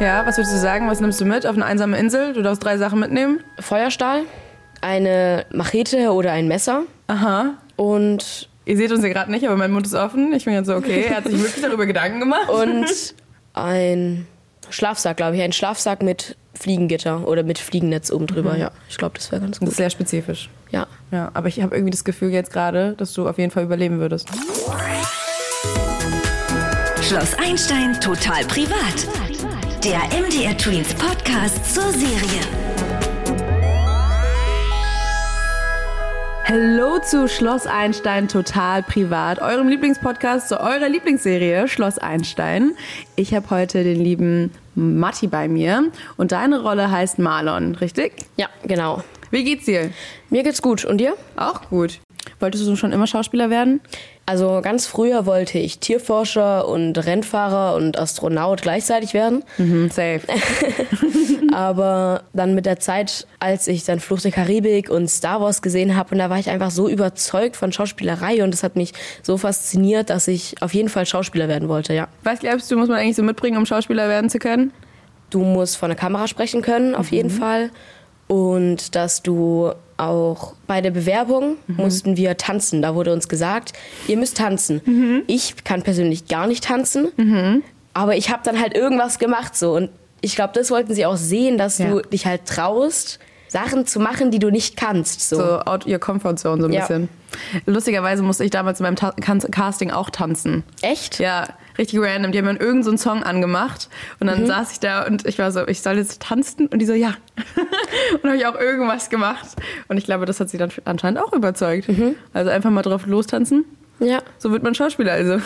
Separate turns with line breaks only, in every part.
Ja, was würdest du sagen? Was nimmst du mit auf eine einsame Insel? Du darfst drei Sachen mitnehmen.
Feuerstahl, eine Machete oder ein Messer
Aha.
und,
Ihr seht uns ja gerade nicht, aber mein Mund ist offen. Ich bin jetzt so, okay, er hat sich wirklich darüber Gedanken gemacht.
und ein Schlafsack, glaube ich. Ein Schlafsack mit Fliegengitter oder mit Fliegennetz oben drüber. Ja, ich glaube, Mhm. das wäre ganz
Das
gut.
ist sehr spezifisch.
Ja.
Ja, aber ich habe irgendwie das Gefühl jetzt gerade, dass du auf jeden Fall überleben würdest.
Schloss Einstein total privat. Der MDR Twins Podcast zur Serie.
Hallo zu Schloss Einstein total privat, eurem Lieblingspodcast zu eurer Lieblingsserie Schloss Einstein. Ich habe heute den lieben Matti bei mir und deine Rolle heißt Marlon, richtig?
Ja, genau.
Wie geht's dir?
Mir geht's gut. Und dir?
Auch gut. Wolltest du schon immer Schauspieler werden?
Also ganz früher wollte ich Tierforscher und Rennfahrer und Astronaut gleichzeitig werden.
Mhm, safe.
Mhm. Aber dann mit der Zeit, als ich dann Fluch der Karibik und Star Wars gesehen habe, und da war ich einfach so überzeugt von Schauspielerei und das hat mich so fasziniert, dass ich auf jeden Fall Schauspieler werden wollte, ja.
Was glaubst du, muss man eigentlich so mitbringen, um Schauspieler werden zu können?
Du musst vor der Kamera sprechen können, auf jeden
Mhm.
Fall. Und dass du auch bei der Bewerbung
Mhm.
mussten wir tanzen. Da wurde uns gesagt, ihr müsst tanzen.
Mhm.
Ich kann persönlich gar nicht tanzen, aber ich habe dann halt irgendwas gemacht so. Und ich glaube, das wollten sie auch sehen, dass
Ja.
du dich halt traust, Sachen zu machen, die du nicht kannst. So.
So out your comfort zone so ein
Oh. Ja.
bisschen. Lustigerweise musste ich damals in meinem Ta Kan- Casting auch tanzen.
Echt?
Ja, richtig random. Die haben dann irgendeinen so einen Song angemacht und
Mhm.
dann saß ich da und ich war so, ich soll jetzt tanzen und die so, ja. und habe ich auch irgendwas gemacht und ich glaube, das hat sie dann anscheinend auch überzeugt.
Mhm.
Also einfach mal drauf lostanzen.
Ja.
So wird man Schauspieler also.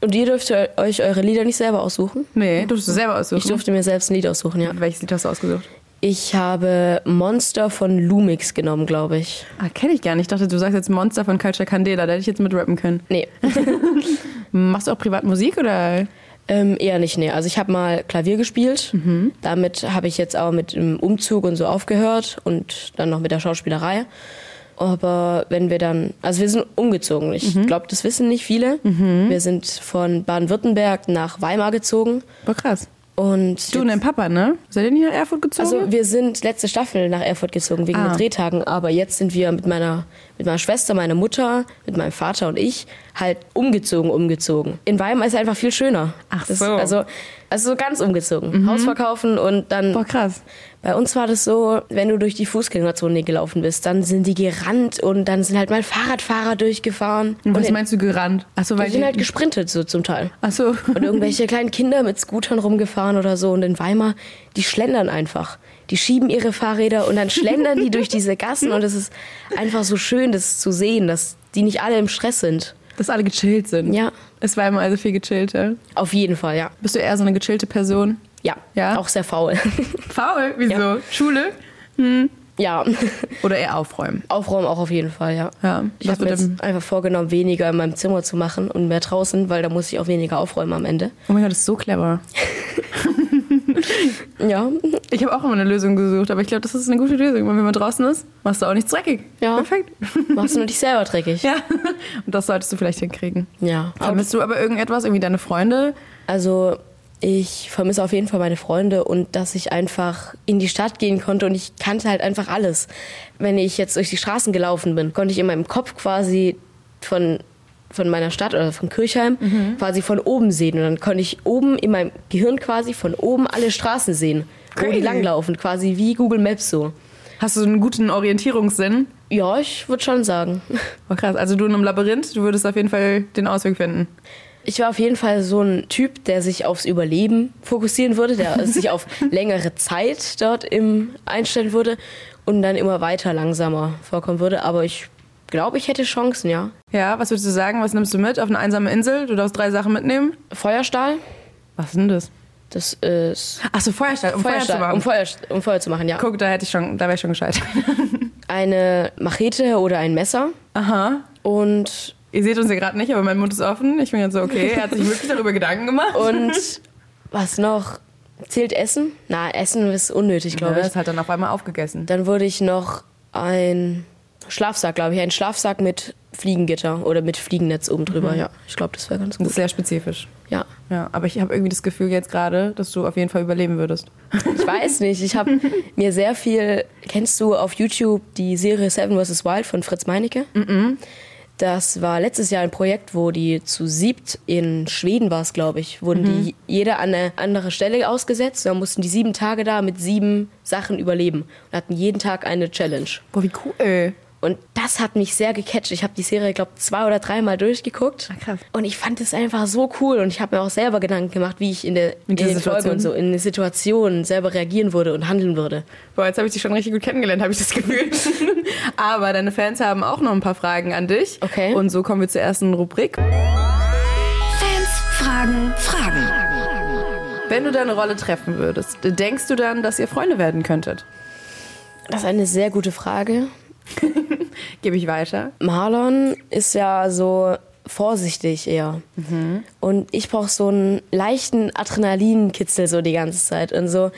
Und ihr dürft eu- euch eure Lieder nicht selber aussuchen?
nee, durftest du selber aussuchen.
Ich durfte mir selbst ein Lied aussuchen, ja.
Welches Lied hast du ausgesucht?
Ich habe Monster von Lumix genommen, glaube ich.
Ah, kenne ich gar nicht. Ich dachte, du sagst jetzt Monster von Culture Candela. Da hätte ich jetzt mit rappen können.
Nee,
Machst du auch privat Musik oder?
ähm, eher nicht, nee. Also ich habe mal Klavier gespielt. Damit habe ich jetzt auch mit dem Umzug und so aufgehört und dann noch mit der Schauspielerei. Aber wenn wir dann, also wir sind umgezogen. Ich glaube, das wissen nicht viele. Wir sind von Baden-Württemberg nach Weimar gezogen.
Boah, krass.
Und
Du und dein Papa, ne? Seid ihr nicht nach Erfurt gezogen?
Also wir sind letzte Staffel nach Erfurt gezogen wegen
Ah.
den Drehtagen, aber jetzt sind wir mit meiner, mit meiner Schwester, meiner Mutter, mit meinem Vater und ich halt umgezogen, umgezogen. In Weimar ist einfach viel schöner.
Ach
das,
so. Mhm.
Also, also so ganz umgezogen. Haus verkaufen und dann.
Boah, krass.
Bei uns war das so, wenn du durch die Fußgängerzone gelaufen bist, dann sind die gerannt und dann sind halt mal Fahrradfahrer durchgefahren.
Und was
in-
meinst du gerannt? Achso, weil
die sind halt gesprintet so zum Teil.
Achso.
Und irgendwelche kleinen Kinder mit Scootern rumgefahren oder so. Und in Weimar, die schlendern einfach. Die schieben ihre Fahrräder und dann schlendern die durch diese Gassen. Und es ist einfach so schön, das zu sehen, dass die nicht alle im Stress sind.
Dass alle gechillt sind.
Ja.
Es war immer also viel gechillter.
Auf jeden Fall, ja.
Bist du eher so eine gechillte Person?
Ja,
Ja?
auch sehr faul.
Faul? Wieso?
Ja.
Schule?
ja,
Oder eher aufräumen?
Aufräumen auch auf jeden Fall, ja.
Ja.
Ich
Was
habe mir
mit dem-
jetzt einfach vorgenommen, weniger in meinem Zimmer zu machen und mehr draußen, weil da muss ich auch weniger aufräumen am Ende.
Oh mein Gott, das ist so clever.
Ja,
Ich habe auch immer eine Lösung gesucht, aber ich glaube, das ist eine gute Lösung. Weil wenn man draußen ist, machst du auch nichts dreckig.
Ja.
Perfekt.
machst du nur dich selber dreckig.
Ja. Und das solltest du vielleicht hinkriegen.
Ja.
Vermisst du aber irgendetwas, irgendwie deine Freunde?
Also ich vermisse auf jeden Fall meine Freunde und dass ich einfach in die Stadt gehen konnte und ich kannte halt einfach alles. Wenn ich jetzt durch die Straßen gelaufen bin, konnte ich in meinem Kopf quasi von von meiner Stadt oder von Kirchheim quasi von oben sehen und dann konnte ich oben in meinem Gehirn quasi von oben alle Straßen sehen, wo
Crazy.
die langlaufen, quasi wie Google Maps so.
Hast du so einen guten Orientierungssinn?
Ja, ich würde schon sagen.
Oh, krass. Also du in einem Labyrinth, du würdest auf jeden Fall den Ausweg finden.
Ich war auf jeden Fall so ein Typ, der sich aufs Überleben fokussieren würde, der sich auf längere Zeit dort im einstellen würde und dann immer weiter langsamer vorkommen würde. Aber ich glaube, ich hätte Chancen, ja.
Ja, was würdest du sagen? Was nimmst du mit auf eine einsame Insel? Du darfst drei Sachen mitnehmen.
Feuerstahl,
Was ist denn das?
das ist
Achso, Feuerstein, um Feuer zu
Feuerstahl,
machen.
um Feuer, um Feuer zu machen, ja.
Guck, da hätte ich schon, da wäre ich schon gescheit.
Eine Machete oder ein Messer
Aha.
und
Ihr seht uns ja gerade nicht, aber mein Mund ist offen. Ich bin jetzt so, okay, er hat sich wirklich darüber Gedanken gemacht.
Oh, und was noch? Zählt Essen? Na, Essen ist unnötig, glaube ich.
das hat dann auf einmal aufgegessen.
Dann würde ich noch ein Schlafsack, glaube ich, ein Schlafsack mit Fliegengitter oder mit Fliegennetz oben drüber. Ja, ich glaube, das wäre ganz
Mhm. Das
gut.
ist sehr spezifisch.
Ja.
Ja, aber ich habe irgendwie das Gefühl jetzt gerade, dass du auf jeden Fall überleben würdest.
Ich weiß nicht. Ich habe mir sehr viel. Kennst du auf YouTube die Serie Seven vs. Wild von Fritz Meinecke?
Mhm.
Das war letztes Jahr ein Projekt, wo die zu siebt in Schweden war es, glaube ich, wurden
Mhm.
die jeder an eine andere Stelle ausgesetzt. Da mussten die sieben Tage da mit sieben Sachen überleben und hatten jeden Tag eine Challenge.
Boah, wie cool.
Und das hat mich sehr gecatcht. Ich habe die Serie, glaube zwei oder dreimal durchgeguckt.
Ah, krass.
Und ich fand es einfach so cool. Und ich habe mir auch selber Gedanken gemacht, wie ich in der in
dieser
den Folgen
Situation?
und so, in der Situation selber reagieren würde und handeln würde.
Boah, jetzt habe ich dich schon richtig gut kennengelernt, habe ich das Gefühl. aber deine Fans haben auch noch ein paar Fragen an dich.
Okay.
Und so kommen wir zur ersten Rubrik.
Fans fragen Fragen.
Wenn du deine Rolle treffen würdest, denkst du dann, dass ihr Freunde werden könntet?
Das ist eine sehr gute Frage.
Gebe ich weiter.
Marlon ist ja so vorsichtig eher. Und ich brauche so einen leichten Adrenalinkitzel so die ganze Zeit. Und so,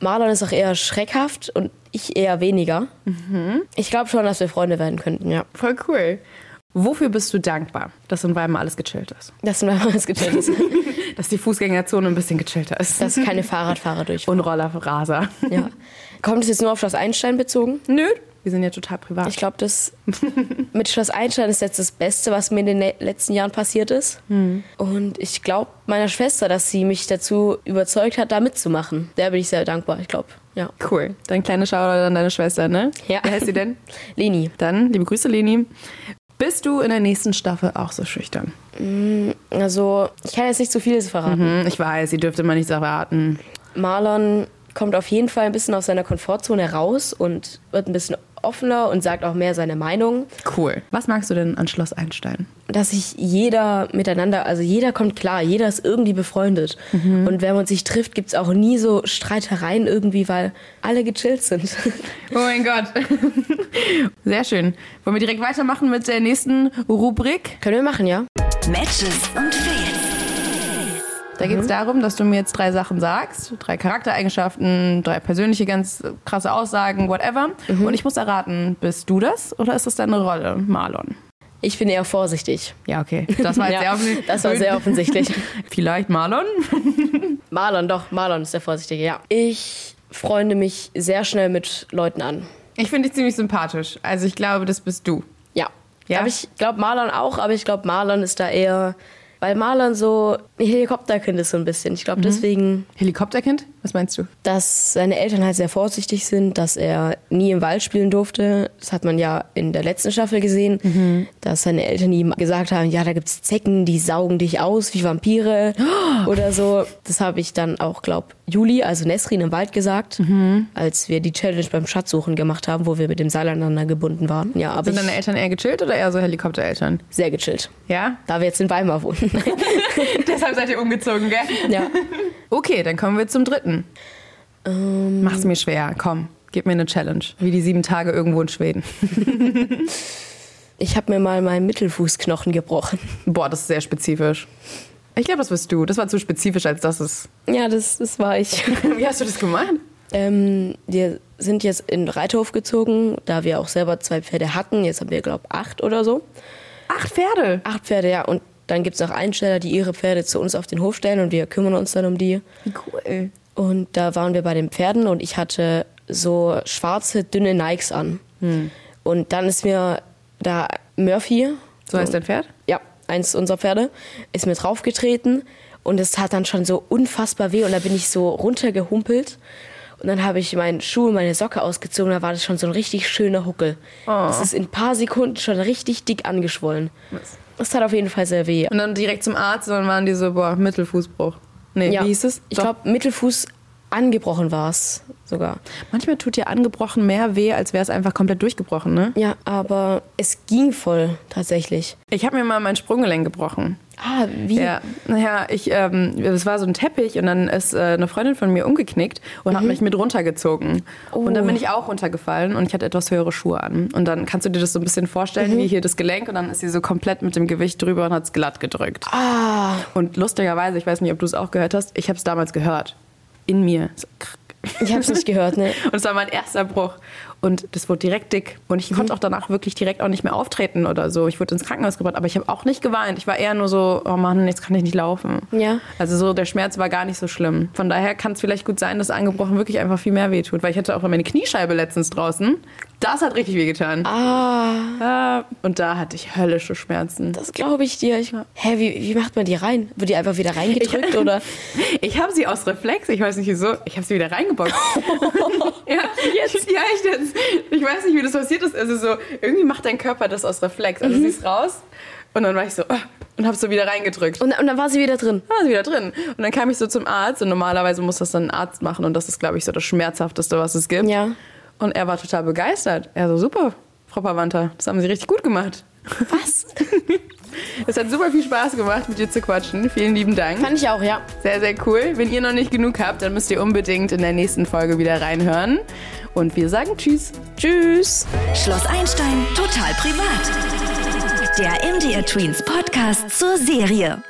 Marlon ist auch eher schreckhaft und ich eher weniger. Ich glaube schon, dass wir Freunde werden könnten, ja.
Voll cool. Wofür bist du dankbar, dass in Weimar alles gechillt ist?
Dass wir mal was gechillt ist.
Dass die Fußgängerzone ein bisschen gechillter ist.
dass keine Fahrradfahrer durch.
Und Rollerraser.
Ja. Kommt es jetzt nur auf Schloss Einstein bezogen?
Nö. Wir sind ja total privat.
Ich glaube, das mit Schloss Einstein ist jetzt das Beste, was mir in den le- letzten Jahren passiert ist. Und ich glaube meiner Schwester, dass sie mich dazu überzeugt hat, da mitzumachen. Der bin ich sehr dankbar, ich glaube. Ja.
cool. Dein kleiner Shoutout an deine Schwester, ne?
Ja.
Wer heißt sie denn?
Leni,
Dann, liebe Grüße, Leni. Bist du in der nächsten Staffel auch so schüchtern?
also ich kann jetzt nicht zu vieles verraten.
Hm, ich weiß, ihr dürft immer nichts erwarten.
Mhm. Marlon kommt auf jeden Fall ein bisschen aus seiner Komfortzone raus und wird ein bisschen offener und sagt auch mehr seine Meinung.
Cool. Was magst du denn an Schloss Einstein?
dass sich jeder miteinander, also jeder kommt klar, jeder ist irgendwie befreundet. Und wenn man sich trifft, gibt es auch nie so Streitereien irgendwie, weil alle gechillt sind.
Oh mein Gott. Sehr schön. Wollen wir direkt weitermachen mit der nächsten Rubrik?
Können wir machen, ja?
Matches und Fails.
Da geht es darum, dass du mir jetzt drei Sachen sagst. Drei Charaktereigenschaften, drei persönliche, ganz krasse Aussagen, whatever. Und ich muss erraten, bist du das oder ist das deine Rolle, Marlon?
Ich bin eher vorsichtig.
Ja, okay. Das war jetzt sehr
ja,
offensichtlich.
das war sehr offensichtlich.
Vielleicht Marlon?
Marlon, doch, Marlon ist der Vorsichtige, ja. Ich freunde mich sehr schnell mit Leuten an.
Ich finde dich ziemlich sympathisch. Also ich glaube, das bist du.
Ja.
Ja?
Aber ich glaube Marlon auch, aber ich glaube Marlon ist da eher, weil Marlon so ein Helikopterkind ist so ein bisschen. Ich glaube deswegen
Helikopterkind? Was meinst du?
dass seine Eltern halt sehr vorsichtig sind, dass er nie im Wald spielen durfte. Das hat man ja in der letzten Staffel gesehen,
Mhm.
dass seine Eltern ihm gesagt haben, ja, da gibt's Zecken, die saugen dich aus wie Vampire
Oh.
oder so. Das habe ich dann auch, glaub, Juli, also Nesrin im Wald gesagt,
Mhm.
als wir die Challenge beim Schatzsuchen gemacht haben, wo wir mit dem Seil aneinander gebunden waren. Ja, aber
Sind
ich,
deine Eltern eher gechillt oder eher so Helikoptereltern?
sehr gechillt.
Ja?
Da wir jetzt in Weimar wohnen.
Deshalb seid ihr umgezogen, gell?
ja.
Okay, dann kommen wir zum dritten. Mach's mir schwer, komm. Gib mir eine Challenge. Wie die sieben Tage irgendwo in Schweden.
Ich habe mir mal meinen Mittelfußknochen gebrochen.
Boah, das ist sehr spezifisch. Ich glaube, das bist du. Das war zu spezifisch, als das ist.
Ja, das, das war ich.
Wie hast du das gemacht?
Ähm, wir sind jetzt in den Reiterhof gezogen, da wir auch selber zwei Pferde hatten. Jetzt haben wir, glaube ich, acht oder so.
Acht Pferde.
Acht Pferde, ja. Und dann gibt es auch Einsteller, die ihre Pferde zu uns auf den Hof stellen und wir kümmern uns dann um die.
Wie cool.
Und da waren wir bei den Pferden und ich hatte so schwarze, dünne Nikes an. Und dann ist mir da Murphy,
So heißt dein Pferd?
ja, eins unserer Pferde, ist mir draufgetreten und es tat dann schon so unfassbar weh und da bin ich so runtergehumpelt und dann habe ich meinen Schuh und meine Socke ausgezogen, da war das schon so ein richtig schöner Huckel.
Oh.
Das ist in ein paar Sekunden schon richtig dick angeschwollen. Das tat auf jeden Fall sehr weh.
Und dann direkt zum Arzt und dann waren die so, boah, Mittelfußbruch. Nee,
Ja,
wie hieß es?
Ich
Doch.
glaube, Mittelfuß angebrochen war es sogar.
Manchmal tut dir angebrochen mehr weh, als wäre es einfach komplett durchgebrochen, ne?
Ja, aber es ging voll tatsächlich.
Ich habe mir mal mein Sprunggelenk gebrochen.
Ah, wie?
Ja, naja, ich, ähm, es war so ein Teppich und dann ist äh, eine Freundin von mir umgeknickt und hat mich mit runtergezogen. Und dann bin ich auch runtergefallen und ich hatte etwas höhere Schuhe an. Und dann kannst du dir das so ein bisschen vorstellen, wie hier das Gelenk und dann ist sie so komplett mit dem Gewicht drüber und hat es glatt gedrückt.
Ah,
Und lustigerweise, ich weiß nicht, ob du es auch gehört hast, ich habe es damals gehört. In mir. So, krrk.
ich habe es nicht gehört, ne?
Und es war mein erster Bruch. und das wurde direkt dick. Und ich konnte auch danach wirklich direkt auch nicht mehr auftreten oder so. Ich wurde ins Krankenhaus gebracht, aber ich habe auch nicht geweint. Ich war eher nur so, oh Mann, jetzt kann ich nicht laufen.
Ja.
Also so, der Schmerz war gar nicht so schlimm. Von daher kann es vielleicht gut sein, dass angebrochen wirklich einfach viel mehr wehtut. Weil ich hatte auch meine Kniescheibe letztens draußen. Das hat richtig wehgetan.
Ah,
Ah, Und da hatte ich höllische Schmerzen.
das glaube ich dir. Ich, hä, wie, wie macht man die rein? Wird die einfach wieder reingedrückt
Ich-
oder?
Ich habe sie aus Reflex, ich weiß nicht wieso, ich habe sie wieder reingeboxt. ja, jetzt? Ja, ich, jetzt. ich weiß nicht, wie das passiert ist. Also so, irgendwie macht dein Körper das aus Reflex.
Mhm.
Also sie ist raus und dann war ich so ah, und habe so wieder reingedrückt. Und
Und, und dann war sie wieder drin.
dann war sie wieder drin. Und dann kam ich so zum Arzt und normalerweise muss das dann ein Arzt machen und das ist, glaube ich, so das Schmerzhafteste, was es gibt.
Ja.
Und er war total begeistert. Er so, super, Frau Pavanta, das haben Sie richtig gut gemacht.
Was?
Es hat super viel Spaß gemacht, mit dir zu quatschen. Vielen lieben Dank.
Fand ich auch, ja.
Sehr, sehr cool. Wenn ihr noch nicht genug habt, dann müsst ihr unbedingt in der nächsten Folge wieder reinhören. Und wir sagen Tschüss. Tschüss.
Schloss Einstein total privat. Der MDR Tweens Podcast zur Serie.